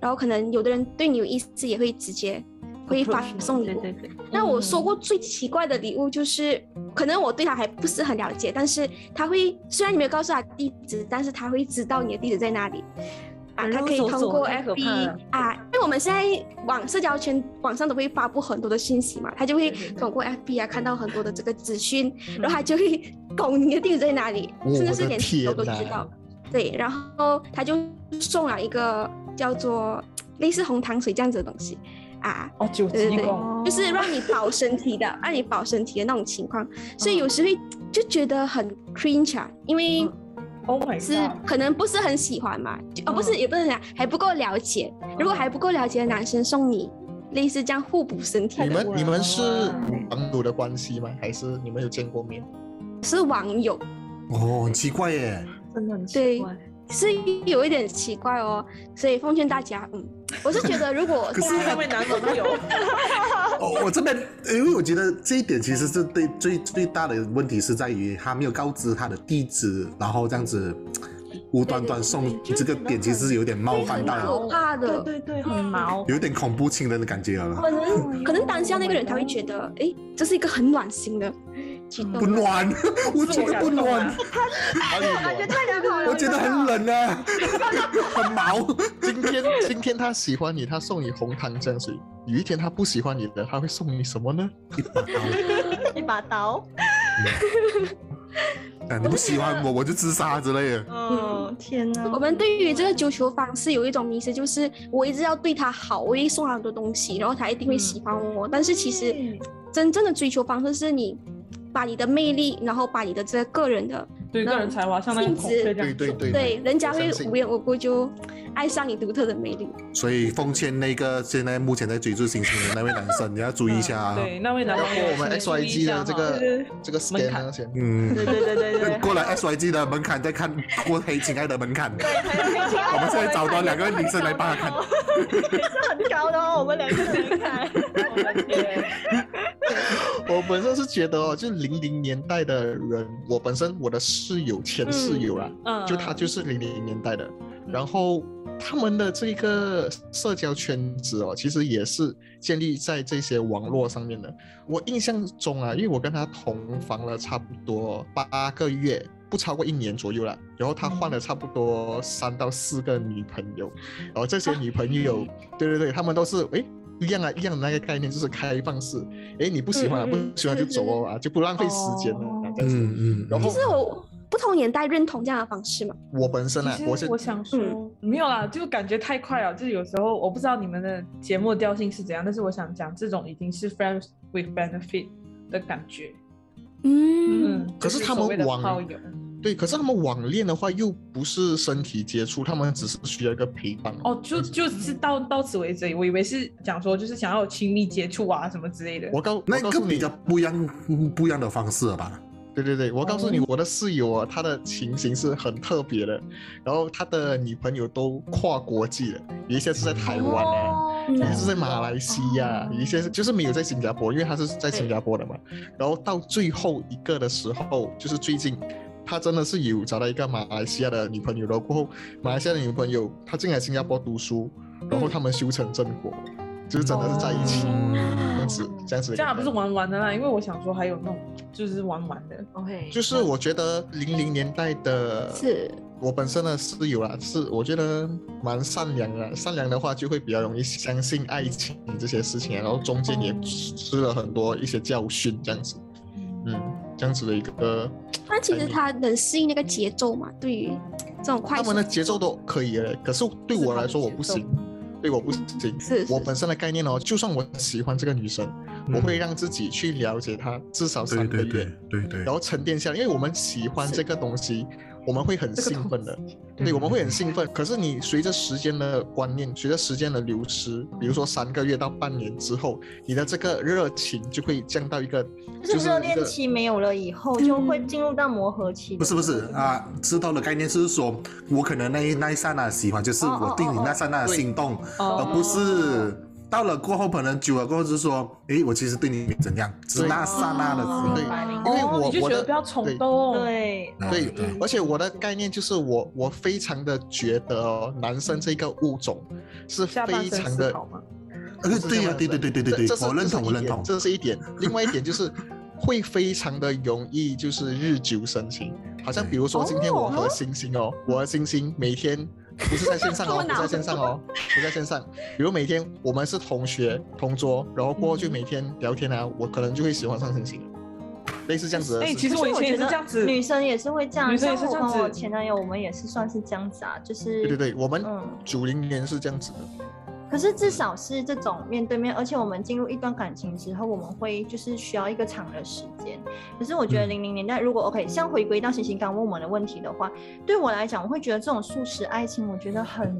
Speaker 6: 然后可能有的人对你有意思，也会直接
Speaker 1: 啊
Speaker 6: 会发送礼物。
Speaker 3: 对对对，
Speaker 6: 那我收过最奇怪的礼物就是，可能我对他还不是很了解，但是他会虽然你没有告诉他地址，但是他会知道你的地址在哪里。啊，
Speaker 3: 人
Speaker 6: 他
Speaker 3: 肉
Speaker 6: 可以
Speaker 3: 搜
Speaker 6: 通
Speaker 3: 索
Speaker 6: 过
Speaker 3: 太可
Speaker 6: FB
Speaker 3: 怕了
Speaker 6: 啊，因为我们现在往社交圈网上都会发布很多的信息嘛，他就会
Speaker 1: 对对对
Speaker 6: 通过 FB 啊看到很多的这个资讯，然后他就会懂你的地址在哪里，
Speaker 4: 哦我
Speaker 6: 甚至是
Speaker 4: 的
Speaker 6: 连
Speaker 4: 天
Speaker 6: 头都知
Speaker 4: 哪
Speaker 6: 道。对，然后他就送了一个叫做类似红糖水这样子的东西啊，
Speaker 1: 哦，九
Speaker 6: 对
Speaker 1: 级
Speaker 6: 对
Speaker 1: 功，
Speaker 6: 对，就是让你保身体 的，让你保身体的那种情况，
Speaker 1: 嗯
Speaker 6: 所以有时会就觉得很 cringe 啊，因为
Speaker 1: Oh my
Speaker 6: 是
Speaker 1: god！
Speaker 6: 可能不是很喜欢嘛，就哦不是
Speaker 1: 嗯
Speaker 6: 也不是很还不够了解，如果还不够了解的男生送你类似这样互补身体
Speaker 4: 你
Speaker 6: 的，
Speaker 4: 们你们是网友的关系吗？还是你们有见过面？
Speaker 6: 是网友，
Speaker 5: 哦，很奇怪耶，
Speaker 1: 真的很
Speaker 6: 对
Speaker 1: 奇怪。
Speaker 6: 是有一点奇怪哦，所以奉劝大家，嗯，我是觉得如果
Speaker 5: 可是
Speaker 1: 那位男网友，
Speaker 5: 哦，我这边，因为我觉得这一点其实是对最最大的问题是在于他没有告知他的地址，然后这样子无端端送
Speaker 3: 对对对
Speaker 5: 这个点，其实是有点冒犯
Speaker 6: 很
Speaker 5: 到，
Speaker 6: 可怕的，
Speaker 1: 对对对，很毛。
Speaker 5: 有点恐怖情人的感觉了啦，
Speaker 6: 可能可能当下那个人他会觉得，哎，这是一个很暖心的举动，啊
Speaker 5: 不 暖，我觉
Speaker 1: 自我
Speaker 5: 得不
Speaker 1: 感动
Speaker 5: 暖
Speaker 1: 啊，
Speaker 4: 哪里
Speaker 3: 感觉
Speaker 4: 有？
Speaker 3: 太难搞了。
Speaker 5: 我觉得很冷啊，很毛。
Speaker 4: 今天今天他喜欢你，他送你红糖香水；有一天他不喜欢你的，他会送你什么呢？
Speaker 3: 一把刀。
Speaker 5: 啊你不喜欢我，我就自杀之类的。
Speaker 3: 嗯，天哪！
Speaker 6: 我们对于这个追求方式有一种迷失，就是我一直要对他好，我一定送他很多东西，然后他一定会喜欢
Speaker 1: 嗯
Speaker 6: 我。但是其实
Speaker 3: 对
Speaker 6: 真正的追求方式是你把你的魅力，然后把你的这个个人的
Speaker 1: 对个人才华，像那个
Speaker 6: 性
Speaker 1: 孔
Speaker 6: 质
Speaker 1: 雀这
Speaker 4: 对
Speaker 1: 样。
Speaker 4: 对对
Speaker 6: 对，人家会
Speaker 4: 相信
Speaker 6: 无缘无故就爱上你独特的魅力。
Speaker 5: 所以奉劝那个现在目前在追逐星星的那位男生，你要注意一下啊。
Speaker 1: 嗯对，那位
Speaker 4: 要
Speaker 1: 男网友
Speaker 4: 过我们
Speaker 1: 请注
Speaker 4: X Y
Speaker 1: 意
Speaker 4: G
Speaker 1: 一下
Speaker 4: 的
Speaker 1: 哈
Speaker 4: 这
Speaker 1: 对对
Speaker 4: 个
Speaker 1: 对
Speaker 4: 这个 scan
Speaker 1: 门槛
Speaker 4: 那些。
Speaker 5: 嗯，
Speaker 3: 对对对对对，
Speaker 5: 过了 S Y G 的门槛再看过黑亲爱的门槛。
Speaker 3: 我
Speaker 5: 我们现在找到两个女生来帮 他看，
Speaker 3: 是很高的哦，我们两个人看。
Speaker 1: 我的天
Speaker 4: 我本身是觉得哦，就零零年代的人，我本身我的室友前室友啊啦，
Speaker 1: 嗯，
Speaker 4: 就他就是零零年代的，然后他们的这个社交圈子哦，其实也是建立在这些网络上面的。我印象中啊，因为我跟他同房了差不多八个月，不超过一年左右了。然后他换
Speaker 1: 嗯
Speaker 4: 了差不多三到四个女朋友，然后这些女朋友，
Speaker 1: 啊
Speaker 4: 对对对，他们都是诶一样啊，一样的那个概念就是开放式，诶，你不喜欢啊，
Speaker 6: 嗯嗯嗯
Speaker 4: 不喜欢就走哦啊，就不浪费时间了、
Speaker 1: 哦
Speaker 4: 啊，这样子。
Speaker 5: 嗯嗯，
Speaker 4: 然后
Speaker 6: 其实我不同年代认同这样的方式嘛，
Speaker 4: 我本身啊
Speaker 1: 其，
Speaker 4: 我
Speaker 1: 实
Speaker 4: 是
Speaker 1: 我想说，
Speaker 6: 嗯
Speaker 1: 没有啦，就感觉太快了。就是有时候我不知道你们的节目调性是怎样，但是我想讲，这种已经是 friends with benefit 的感觉。
Speaker 6: 嗯，
Speaker 1: 嗯，
Speaker 4: 可
Speaker 1: 就是
Speaker 4: 他
Speaker 1: 所
Speaker 4: 们嗯
Speaker 1: 谓的
Speaker 4: 网
Speaker 1: 炮友。
Speaker 4: 对，可是他们网恋的话又不是身体接触，他们只是需要一个陪伴。
Speaker 1: 哦，就就是到到此为止，我以为是讲说就是想要有亲密接触啊什么之类的。
Speaker 4: 我告
Speaker 5: 那
Speaker 4: 我告
Speaker 5: 个
Speaker 4: 诉
Speaker 5: 比
Speaker 4: 你
Speaker 5: 较，不一样不一样的方式了吧？
Speaker 4: 对对对，我告
Speaker 5: 哦
Speaker 4: 诉你，我的室友啊，他的情形是很特别的，然后他的女朋友都跨国际的，有一些是在台湾啊。
Speaker 6: 嗯
Speaker 4: 有一些是在马来西亚，
Speaker 1: 哦
Speaker 4: 有一些是就是没有在新加坡，因为他是在新加坡的嘛。然后到最后一个的时候，就是最近，他真的是有找到一个马来西亚的女朋友了。过后，马来西亚的女朋友她进来新加坡读书，然后他们修成正果，就是真的是在一起，
Speaker 1: 哦
Speaker 4: 这样子这样子的感觉。
Speaker 1: 这样不是玩玩的啦，因为我想说还有那种就是玩玩的。
Speaker 3: OK，
Speaker 4: 就是
Speaker 1: 嗯
Speaker 4: 我觉得零零年代的，
Speaker 6: 是
Speaker 4: 我本身的室友啦，是我觉得蛮善良的，善良的话就会比较容易相信爱情这些事情，然后中间也吃了很多一些教训，这样子，嗯，这样子的一个，
Speaker 6: 但其实他能适应那个节奏嘛，对于这种快
Speaker 4: 他
Speaker 6: 速
Speaker 4: 们的节奏都可以的，可是对我来说我不行，对我不行。
Speaker 6: 是
Speaker 4: 我
Speaker 6: 是
Speaker 4: 本身的概念哦，就算我喜欢这个女生，我会让自己去了解她至少
Speaker 5: 对
Speaker 4: 三个
Speaker 5: 嗯对
Speaker 4: 月，
Speaker 5: 对对对
Speaker 4: 然，后沉淀下来，因为我们喜欢这个东西，我们会很兴奋的，对，我们会很兴奋。可是你随着时间的观念，随着时间的流失，比如说三个月到半年之后，你的这个热情就会降到一个，
Speaker 3: 就是热
Speaker 4: 一
Speaker 3: 恋
Speaker 4: 个
Speaker 3: 期没有了以后，就会进入到磨合期。
Speaker 5: 不是不是啊，知道的概念是说，我可能那一那一刹那喜欢，就是
Speaker 3: 哦哦
Speaker 5: 我对你
Speaker 3: 哦哦
Speaker 5: 那刹那的
Speaker 4: 对
Speaker 5: 心动，
Speaker 4: 呃
Speaker 5: 而
Speaker 1: 哦
Speaker 5: 不是到了过后可能久了过后就是说，诶，我其实对你没怎样，只是
Speaker 4: 对
Speaker 5: 那刹那的
Speaker 3: 哦
Speaker 5: 心
Speaker 4: 对
Speaker 5: 动。
Speaker 3: 明
Speaker 4: 因为
Speaker 1: 哦
Speaker 4: 我
Speaker 1: 你就
Speaker 4: 我
Speaker 1: 觉
Speaker 4: 的
Speaker 1: 得不要冲
Speaker 4: 对
Speaker 1: 动，，
Speaker 3: 对，
Speaker 5: 啊
Speaker 4: 对
Speaker 5: 对，
Speaker 4: 而且我的概念就是我我非常的觉得哦，男生这个物种是
Speaker 1: 下半
Speaker 4: 非
Speaker 1: 身
Speaker 4: 常
Speaker 1: 思
Speaker 4: 的
Speaker 1: 考嘛。
Speaker 5: 呃，对呀、
Speaker 4: 呀，
Speaker 5: 对对对对对对，
Speaker 4: 这是
Speaker 5: 我认同，我
Speaker 4: 这是一
Speaker 5: 认
Speaker 4: 点
Speaker 5: 同。
Speaker 4: 这是一点。另外一点就是会非常的容易哦就是日久生情，好像比如说今天我和星星哦，我和星星每天不是在 线上
Speaker 6: 做
Speaker 4: 哦，不
Speaker 6: 脑
Speaker 4: 在线上哦，不在线上。比如每天我们是同学同桌，然后过后就每天聊天啊，我可能就会喜欢上星星，类似这样子的事
Speaker 1: 哎、
Speaker 4: 情。
Speaker 1: 其实
Speaker 3: 可
Speaker 1: 我以前也
Speaker 3: 觉
Speaker 1: 是
Speaker 3: 得
Speaker 1: 这样子，
Speaker 3: 女生也是会这样，
Speaker 1: 女生也是
Speaker 3: 像
Speaker 1: 这样
Speaker 3: 我跟我
Speaker 1: 子
Speaker 3: 前男友，我们也是算是这样子啊，就是
Speaker 4: 对对对，我们
Speaker 3: 嗯，
Speaker 4: 九零年是这样子的，
Speaker 3: 可是至少是这种面对面，而且我们进入一段感情之后，我们会就是需要一个长的时间。可是我觉得
Speaker 5: 嗯
Speaker 3: 零零年代，如果 OK，像回归到星星刚问我们的问题的话，对我来讲，我会觉得这种素食爱情，我觉得很。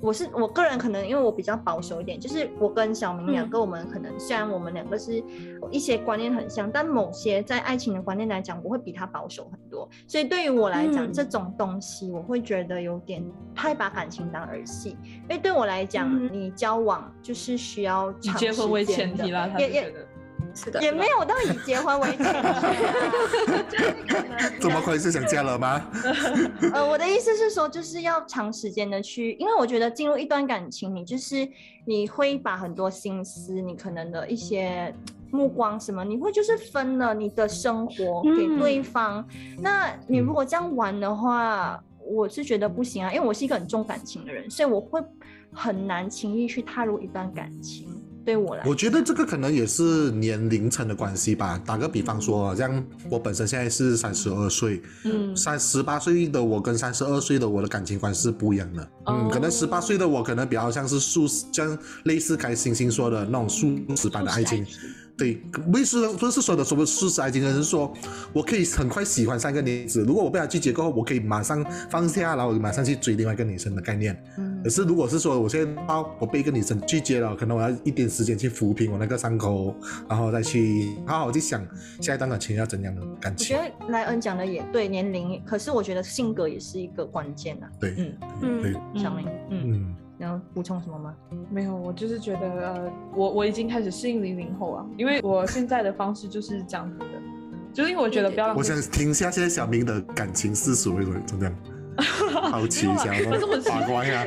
Speaker 3: 我是我个人可能因为我比较保守一点，就是我跟小明两个，我们可能、虽然我们两个是一些观念很像，但某些在爱情的观念来讲，我会比他保守很多。所以对于我来讲，
Speaker 6: 嗯
Speaker 3: 这种东西我会觉得有点太把感情当儿戏，因为对我来讲，
Speaker 6: 嗯
Speaker 3: 你交往就是需要
Speaker 1: 以
Speaker 3: 长
Speaker 1: 结婚
Speaker 3: 时
Speaker 1: 为
Speaker 3: 间
Speaker 1: 前
Speaker 3: 的
Speaker 1: 提啦，他
Speaker 3: 也
Speaker 1: 就觉
Speaker 3: 也
Speaker 1: 得
Speaker 6: 是的，
Speaker 3: 也没有到以结婚为前提啊、就是可能
Speaker 5: 这么快是想嫁了吗？
Speaker 3: 呃，我的意思是说，就是要长时间的去，因为我觉得进入一段感情，你就是你会把很多心思，你可能的一些目光什么，你会就是分了你的生活
Speaker 1: 嗯
Speaker 3: 给对方。那你如果这样玩的话，我是觉得不行啊，因为我是一个很重感情的人，所以我会很难轻易去踏入一段感情。对我来，
Speaker 5: 我觉得这个可能也是年龄层的关系吧。打个比方说，像我本身现在是三十二岁，
Speaker 1: 嗯
Speaker 5: 三十八岁的我跟三十二岁的我的感情观是不一样的。嗯，可能十八岁的我可能比较像是素，像类似开星星说的那种素食版的爱情。对，不是不是说的什么素食爱情，而是说我可以很快喜欢上一个女子，如果我被她拒绝过后，我可以马上放下，然后我马上去追另外一个女生的概念。
Speaker 3: 嗯
Speaker 5: 可是如果是说我现在啊，我被一个女生拒绝了，可能我要一点时间去抚平我那个伤口，然后再去好好去想下一段感情要怎样的感
Speaker 3: 我觉。
Speaker 5: 情
Speaker 3: 得莱恩讲的也对，年龄，可是我觉得性格也是一个关键啊。
Speaker 5: 对，
Speaker 1: 嗯
Speaker 5: 对
Speaker 6: 嗯，
Speaker 3: 小明，
Speaker 1: 嗯，
Speaker 5: 嗯，
Speaker 3: 你要补充什么吗？
Speaker 1: 没有，我就是觉得呃，我我已经开始适应零零后啊，因为我现在的方式就是这样子的，就是因为我觉得不要浪
Speaker 5: 我
Speaker 1: 费
Speaker 5: 想听一下现在小明的感情世俗为什么 怎么样？好奇一下，
Speaker 1: 没有啊啦可是我
Speaker 5: 八卦呀。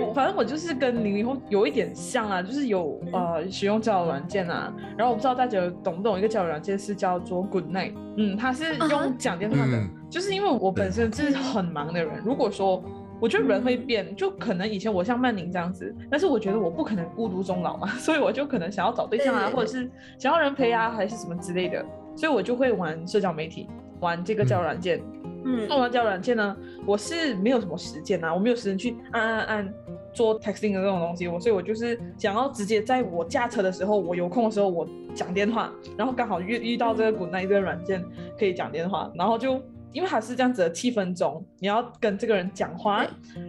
Speaker 1: 我反正我就是跟零零后有一点像啊，就是有呃使用交友软件啊，然后我不知道大家有懂不懂一个交友软件是叫做 Good Night，嗯，它是
Speaker 6: 啊哈
Speaker 1: 用讲电话的
Speaker 5: 嗯
Speaker 1: 就是因为我本身是很忙的人，如果说我觉得人会变，就可能以前我像曼宁这样子，但是我觉得我不可能孤独终老嘛， 所以我就可能想要找对象啊，
Speaker 6: 对
Speaker 1: 或者是想要人陪啊，还是什么之类的，所以我就会玩社交媒体，玩这个交友软件，
Speaker 6: 嗯
Speaker 1: 那我玩交友软件呢，我是没有什么时间啊，我没有时间去按按按做 texting 的这种东西，我所以我就是想要直接在我驾车的时候，我有空的时候我讲电话，然后刚好遇遇到这个 Good Night 这个软件可以讲电话，然后就因为它是这样子的七分钟，你要跟这个人讲话，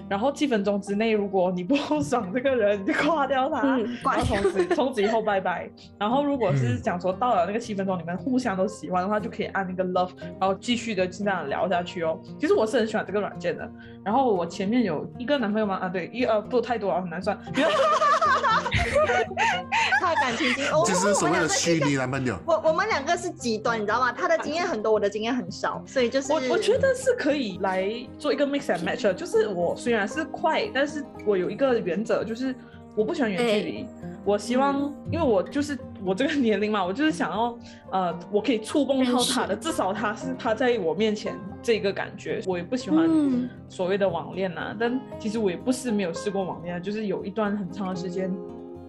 Speaker 1: 然后七分钟之内如果你不爽这个人，你就挂掉
Speaker 4: 哦
Speaker 1: 他。
Speaker 6: 嗯，
Speaker 1: 然
Speaker 6: 乖
Speaker 1: 后，从此从此以后拜拜。然后如果是讲说到了那个七分钟，你们互相都喜欢的话，就可以按那个 love，然后继续的这样聊下去哦。其实我是很喜欢这个软件的。然后我前面有一个男朋友吗？啊，对，一呃不太多啊，很难算。没有
Speaker 3: 他的感情经，我
Speaker 5: 就是所谓的虚。
Speaker 3: 我们两个是一
Speaker 5: 拟
Speaker 3: 个
Speaker 5: 男朋友。
Speaker 3: 我我们两个是极端，你知道吗？他的经验很多，我的经验很少，所以就是嗯
Speaker 1: 我我觉得是可以来做一个 mix and match，的就是我虽然是快，但是我有一个原则，就是我不喜欢远距离。我希
Speaker 3: 嗯
Speaker 1: 望，因为我就是我这个年龄嘛，我就是想要，呃，我可以触碰到他的，至少他是他在我面前这个感觉，我也不喜欢
Speaker 6: 嗯
Speaker 1: 所谓的网恋呐、但其实我也不是没有试过网恋啊，就是有一段很长的时间，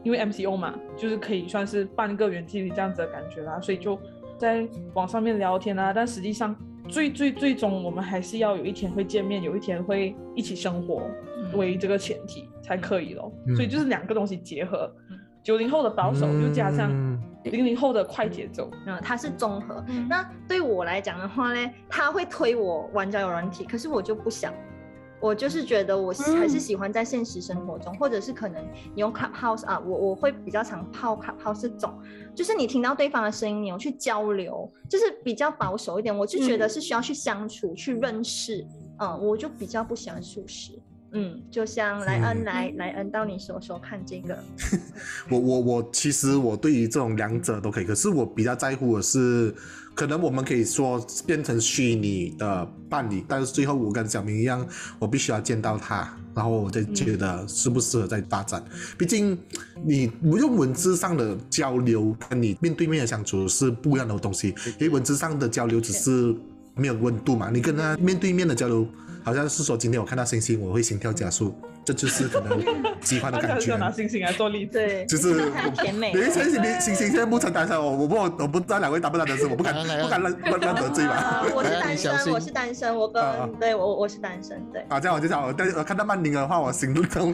Speaker 1: 因为 MCO 嘛，就是可以算是半个远距离这样子的感觉啦，所以就在网上面聊天啊，但实际上最最最终我们还是要有一天会见面，有一天会一起生活
Speaker 3: 嗯
Speaker 1: 为这个前提才可以咯。
Speaker 5: 嗯
Speaker 1: 所以就是两个东西结合，九零后的保守又加上
Speaker 5: 嗯
Speaker 1: 零零后的快节奏，
Speaker 3: 嗯，他是综合。
Speaker 6: 嗯
Speaker 3: 那对我来讲的话呢，他会推我玩交友软体，可是我就不想。我就是觉得我
Speaker 6: 嗯
Speaker 3: 还是喜欢在现实生活中，或者是可能你用 Clubhouse 啊，我我会比较常泡 Clubhouse 这种，就是你听到对方的声音，你有去交流，就是比较保守一点。我就觉得是需要去相处、去认识，嗯，我就比较不喜欢素食。嗯，就像莱恩
Speaker 5: 嗯
Speaker 3: 来莱恩到你说说看这个，
Speaker 5: 我我我，其实我对于这种两者都可以，可是我比较在乎的是，可能我们可以说变成虚拟的伴侣，但是最后我跟小明一样，我必须要见到他，然后我再
Speaker 1: 嗯
Speaker 5: 觉得适不适合再发展。毕竟你用文字上的交流跟你面对面的相处是不一样的东西，因为文字上的交流只是没有温度嘛，你跟他面对面的交流。好像是说今天我看到星星，我会心跳加速，这就是可 能喜欢的
Speaker 1: 大家
Speaker 5: 感
Speaker 1: 是
Speaker 5: 觉
Speaker 1: 要。拿星星来做例子。
Speaker 3: 对，
Speaker 5: 就是
Speaker 3: 太 甜美
Speaker 5: 你
Speaker 3: 了。
Speaker 5: 星星星星现在不承担上我，我不我不知道两位担不担得是，我不敢
Speaker 4: 来来来
Speaker 5: 不敢乱乱乱得罪吧
Speaker 3: 啊。 我是
Speaker 5: 哎
Speaker 4: 来
Speaker 3: 单
Speaker 4: 你小
Speaker 3: 身，
Speaker 4: 心
Speaker 3: 我是单身，我
Speaker 5: 啊啊
Speaker 3: 跟对我我是单身， 对。
Speaker 5: 啊，这样我就想，我但我看到曼宁的话，我心痛。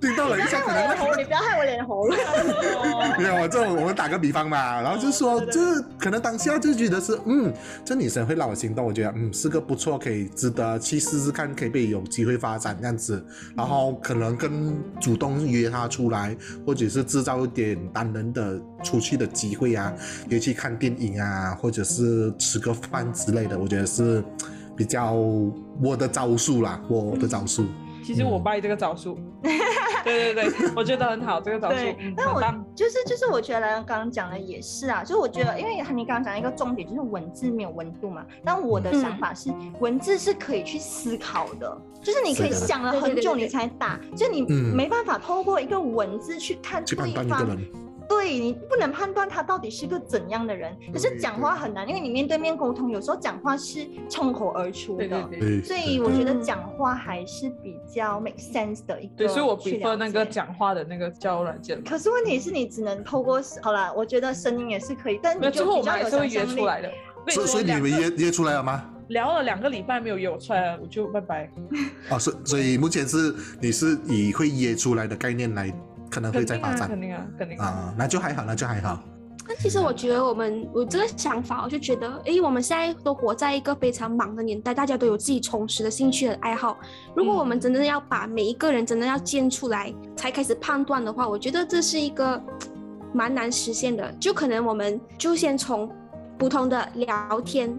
Speaker 5: 听到了一下，可能
Speaker 3: 脸红，你不要害我脸红。
Speaker 6: 哦
Speaker 5: 没有，这种我们打个比方嘛，然后就说，这可能当下就觉得是，嗯，这女生会让我心动，我觉得，嗯，是个不错，可以值得去试试看，可以被有机会发展这样子，然后可能更主动约她出来，或者是制造一点单人的出去的机会啊，也去看电影啊，或者是吃个饭之类的，我觉得是比较我的招数啦，我的招数。
Speaker 1: 其实我
Speaker 3: 嗯
Speaker 1: 拜这个招 数，对对对，我觉得很好，这个招数
Speaker 3: 对，
Speaker 6: 嗯
Speaker 3: 但
Speaker 1: 很
Speaker 3: 我
Speaker 1: 棒。
Speaker 3: 就是就是，我觉得莱恩刚刚讲的也是啊，就是我觉得，因为你刚刚讲一个重点，就是文字没有温度嘛。但我的
Speaker 6: 嗯
Speaker 3: 想法是，文字是可以去思考的，就是你可以
Speaker 5: 是的
Speaker 3: 想了
Speaker 6: 对对
Speaker 3: 很
Speaker 6: 对
Speaker 3: 久
Speaker 6: 对
Speaker 3: 你才打，就你
Speaker 5: 嗯
Speaker 3: 没办法通过一个文字去看
Speaker 5: 去
Speaker 3: 对
Speaker 5: 判断一个
Speaker 3: 方
Speaker 5: 人，
Speaker 3: 对你不能判断他到底是个怎样的人。可是
Speaker 4: 对
Speaker 3: 讲
Speaker 4: 对
Speaker 3: 话很难，因为你面对面沟通，有时候讲话是冲口而出
Speaker 1: 对对
Speaker 3: 的。
Speaker 1: 对。
Speaker 5: 对，
Speaker 3: 所以我觉得
Speaker 6: 嗯
Speaker 3: 讲话还是比较 make sense 的一个去
Speaker 1: 对，
Speaker 3: 了解。
Speaker 1: 所以我 prefer 那个讲话的那个交友软件嘛。
Speaker 3: 可是问题是你只能透过好啦，我觉得声音也是可以，但
Speaker 1: 那
Speaker 3: 你
Speaker 1: 最
Speaker 3: 就
Speaker 1: 后我
Speaker 3: 比
Speaker 1: 们还
Speaker 3: 较有
Speaker 1: 是会
Speaker 3: 想
Speaker 1: 约出
Speaker 3: 象力。
Speaker 1: 来的。被
Speaker 5: 所以所以你
Speaker 1: 两
Speaker 5: 们
Speaker 1: 个
Speaker 5: 约约出来了吗？
Speaker 1: 聊了两个礼拜没有约我出来，我就拜拜。
Speaker 5: 哦，所以所以目前是你是以会约出来的概念来，可能会
Speaker 1: 肯
Speaker 5: 再
Speaker 1: 定
Speaker 5: 发
Speaker 1: 啊，
Speaker 5: 展
Speaker 1: 肯定啊，肯定
Speaker 5: 啊、
Speaker 1: 啊。
Speaker 5: 那就还好，那就还 好。
Speaker 6: 但其实我觉得我们我这个想法，我就觉得，诶，我们现在都活在一个非常忙的年代，大家都有自己充实的兴趣和爱好。如果我
Speaker 4: 嗯
Speaker 6: 们真的要把每一个人真的要建出来，才开始判断的话，我觉得这是一个嘖蛮难实现的。就可能我们就先从普通的聊天，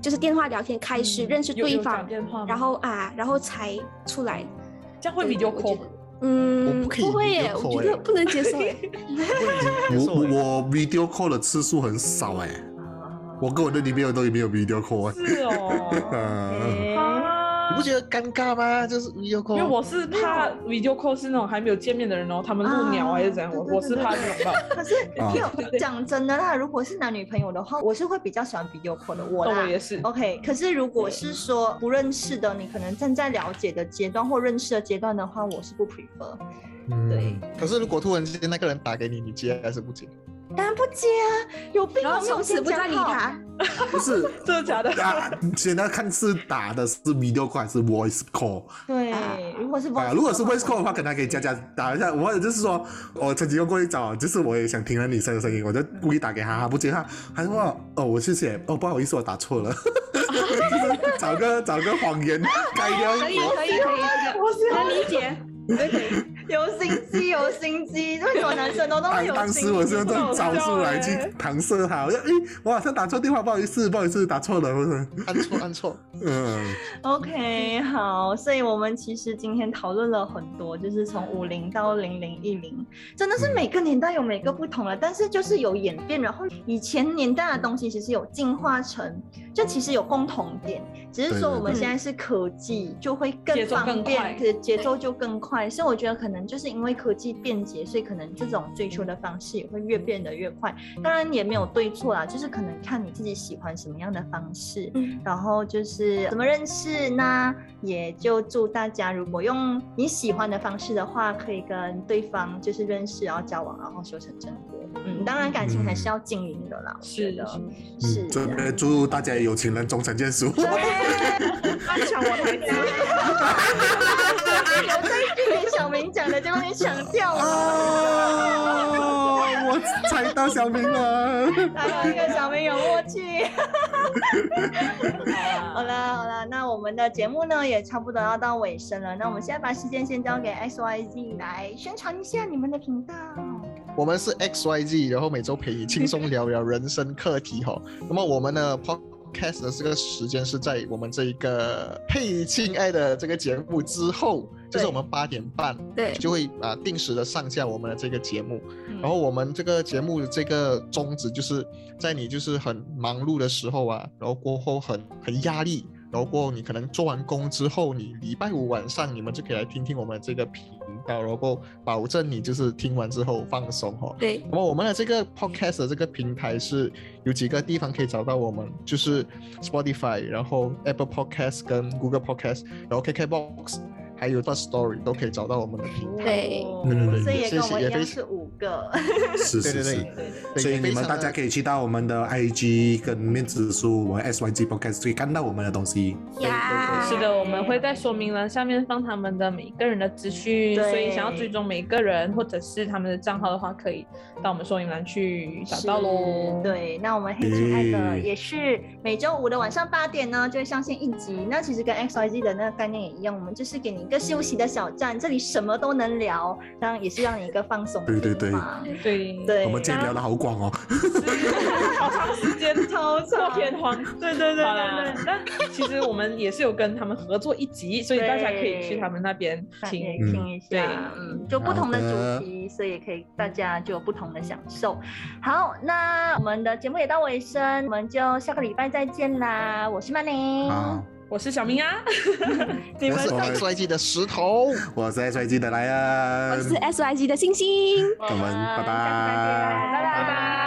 Speaker 6: 就是电话聊天开始、
Speaker 1: 嗯
Speaker 6: 认识
Speaker 1: 有有
Speaker 6: 对
Speaker 1: 讲
Speaker 6: 方，
Speaker 1: 电话吗
Speaker 4: 嗯
Speaker 6: 然后啊，然后才出来。
Speaker 1: 这样会
Speaker 6: 对
Speaker 1: video
Speaker 6: 我觉
Speaker 1: call
Speaker 6: 得
Speaker 1: 吗
Speaker 6: 嗯，
Speaker 4: 我不可以
Speaker 6: 会耶，
Speaker 4: video
Speaker 6: 我
Speaker 4: call
Speaker 6: 觉得
Speaker 4: 耶
Speaker 6: 不能接受 哎耶。
Speaker 5: 我我 video call 的次数很少哎、
Speaker 3: 哦
Speaker 5: 我跟我的女朋友都没有 video call 哎、
Speaker 1: 是哦。
Speaker 5: 嗯，
Speaker 3: 诶
Speaker 1: 啊
Speaker 4: 你不觉得尴尬吗？就是 video
Speaker 1: 因为
Speaker 4: call，
Speaker 1: 我是怕 video call 是那种还没有见面的人哦，他们路鸟还是怎样，
Speaker 3: 啊
Speaker 1: 我
Speaker 3: 对对
Speaker 1: 我是怕这种吧。
Speaker 3: 可是
Speaker 5: 啊
Speaker 3: 没有讲真的啦，如果是男女朋友的话，我是会比较喜欢 video call 的，哦我
Speaker 1: 那我
Speaker 3: 啦。
Speaker 1: 也是，
Speaker 5: 嗯
Speaker 3: OK，可是如果是说不认识的，你可能正在了解的阶段或认识的阶段的话，我是不 prefer，对，
Speaker 5: 嗯
Speaker 4: 可是如果突然之间那个人打给你，你接还是不接？
Speaker 3: 当然不接啊，有病
Speaker 6: 然
Speaker 3: 我
Speaker 6: 后
Speaker 3: 没有
Speaker 6: 从此
Speaker 3: 先
Speaker 6: 不
Speaker 3: 讲
Speaker 6: 再理
Speaker 3: 好
Speaker 6: 他。
Speaker 5: 不是。
Speaker 1: 真的假的？
Speaker 5: 啊，现在看是打的是 video call 还是 voice call
Speaker 3: 对，如果是
Speaker 5: 啊？
Speaker 3: voice
Speaker 5: 如果是
Speaker 3: 的话
Speaker 5: voice call 的话，可能还可以加加打一下。我就是说，我曾经用过一招，就是我也想听到女生的声音，我就故意打给她，她不接她，她说哦，我谢谢，哦，不好意思，我打错了，就是找个找个谎言盖掉。
Speaker 6: 可以可以可以，
Speaker 3: 我是
Speaker 6: 能理解。
Speaker 3: 有心机，有心机，为什么男生都那么
Speaker 5: 当
Speaker 3: 有
Speaker 5: 哎当
Speaker 3: 心
Speaker 5: 时
Speaker 3: 机？
Speaker 5: 我是用这种招数来去搪塞他，我说哎、我好像打错电话，不好意思，不好意思，打错了，我说
Speaker 4: 按错按错，
Speaker 5: 嗯，
Speaker 3: OK，好，所以我们其实今天讨论了很多，就是从五零到零零一零，真的是每个年代有每个不同的，但是就是有演变，然后以前年代的东西其实有进化成，就其实有共同点，只是
Speaker 5: 对
Speaker 3: 说
Speaker 5: 对
Speaker 3: 我们
Speaker 6: 对
Speaker 3: 现在是科技，就会
Speaker 1: 节
Speaker 3: 更
Speaker 1: 奏更快
Speaker 3: 方便，可节奏就更快，所以我觉得可能就是因为科技便捷，所以可能这种追求的方式也会越变得越快，当然也没有对错啦，就是可能看你自己喜欢什么样的方式，
Speaker 6: 嗯
Speaker 3: 然后就是怎么认识呢？也就祝大家，如果用你喜欢的方式的话，可以跟对方就是认识，然后交往，然后修成正果。嗯，当然感情还是要经营的啦，我觉
Speaker 1: 是
Speaker 3: 得
Speaker 1: 是
Speaker 3: 是
Speaker 5: 这
Speaker 3: 的。
Speaker 5: 边祝大家有情人终成眷属。
Speaker 6: 他抢我台词。
Speaker 3: 我这一句给小明讲的，结果你抢掉了。
Speaker 5: 哦，我猜到小明了。
Speaker 3: 来，一个小明有默契。好啦好啦，那我们的节目呢也差不多要到尾声了，那我们现在把时间先交给 X Y Z 来宣传一下你们的频道。
Speaker 4: 我们是 X Y Z，然后每周陪你轻松聊聊人生课题哈。那么我们的 Podcast 的这个时间是在我们这一个《嘿，亲爱的》这个节目之后，就是我们八点半
Speaker 6: 对，
Speaker 4: 就会啊定时的上架我们的这个节目。然后我们这个节目的这个宗旨就是在你就是很忙碌的时候啊，然后过后很很压力，然后过后你可能做完工之后，你礼拜五晚上你们就可以来听听我们这个频道，然后过后保证你就是听完之后放松哦。
Speaker 6: 对，
Speaker 4: 那么我们的这个 podcast 的这个平台是有几个地方可以找到我们，就是 Spotify，然后 Apple Podcast 跟 Google Podcast，然后 KKBox，还有 First Story 都可以找到我们的平台。
Speaker 6: 对
Speaker 3: 哦
Speaker 5: 嗯对
Speaker 3: 所以也
Speaker 4: 谢
Speaker 3: 跟
Speaker 4: 谢
Speaker 3: 我一
Speaker 4: 也
Speaker 3: 样
Speaker 4: 非
Speaker 3: 是五个。
Speaker 5: 是
Speaker 4: 对
Speaker 5: 是
Speaker 4: 对
Speaker 5: 是。
Speaker 4: 对，对
Speaker 5: 所以你
Speaker 4: 非
Speaker 5: 们
Speaker 4: 常
Speaker 5: 大家
Speaker 4: 地
Speaker 5: 可以去到我们的 IG 跟面子书，我们 SYG Podcast 可以看到我们的东西。
Speaker 6: 呀，
Speaker 1: 是的，我们会在说明栏下面放他们的每一个人的资讯，
Speaker 3: 对
Speaker 1: 所以想要追踪每一个人或者是他们的账号的话，可以到我们说明栏去找到喽
Speaker 3: 是。，对，那我们黑之爱的
Speaker 5: 嗯
Speaker 3: 也是每周五的晚上八点呢，就会上线一集。那其实跟 X Y Z 的那个概念也一样，我们就是给你一个休息的小站，这里什么都能聊，当然也是让你一个放松的
Speaker 5: 对对
Speaker 3: 地方。
Speaker 1: 对
Speaker 3: 对，
Speaker 5: 我们今天聊的好广哦，
Speaker 1: 是 好长时间，
Speaker 3: 超
Speaker 1: 破
Speaker 3: 长
Speaker 1: 天荒。
Speaker 3: 对对对
Speaker 1: 好
Speaker 3: 对
Speaker 1: 啦
Speaker 3: 对，，
Speaker 1: 但其实我们也是有跟他们合作一集，所以大家可以去他们那边
Speaker 3: 反
Speaker 1: 听
Speaker 3: 也。
Speaker 5: 嗯
Speaker 3: 听一下，
Speaker 1: 对
Speaker 3: 嗯，就不同的主题，所以可以大家就有不同的享受。好，那我们的节目也到尾声，我们就下个礼拜再见啦。我是曼
Speaker 4: 哦
Speaker 3: 宁，
Speaker 5: 好，
Speaker 1: 我是小明啊，
Speaker 3: 你
Speaker 4: 我
Speaker 3: 们
Speaker 4: 是
Speaker 5: 我们
Speaker 4: XYG 的石头，
Speaker 5: 我是 SYG 的莱
Speaker 6: 我
Speaker 5: 恩，
Speaker 6: 是 S Y G 的星星。
Speaker 5: 我们
Speaker 3: 下
Speaker 5: 拜拜
Speaker 3: 次再见拜拜
Speaker 1: 拜拜。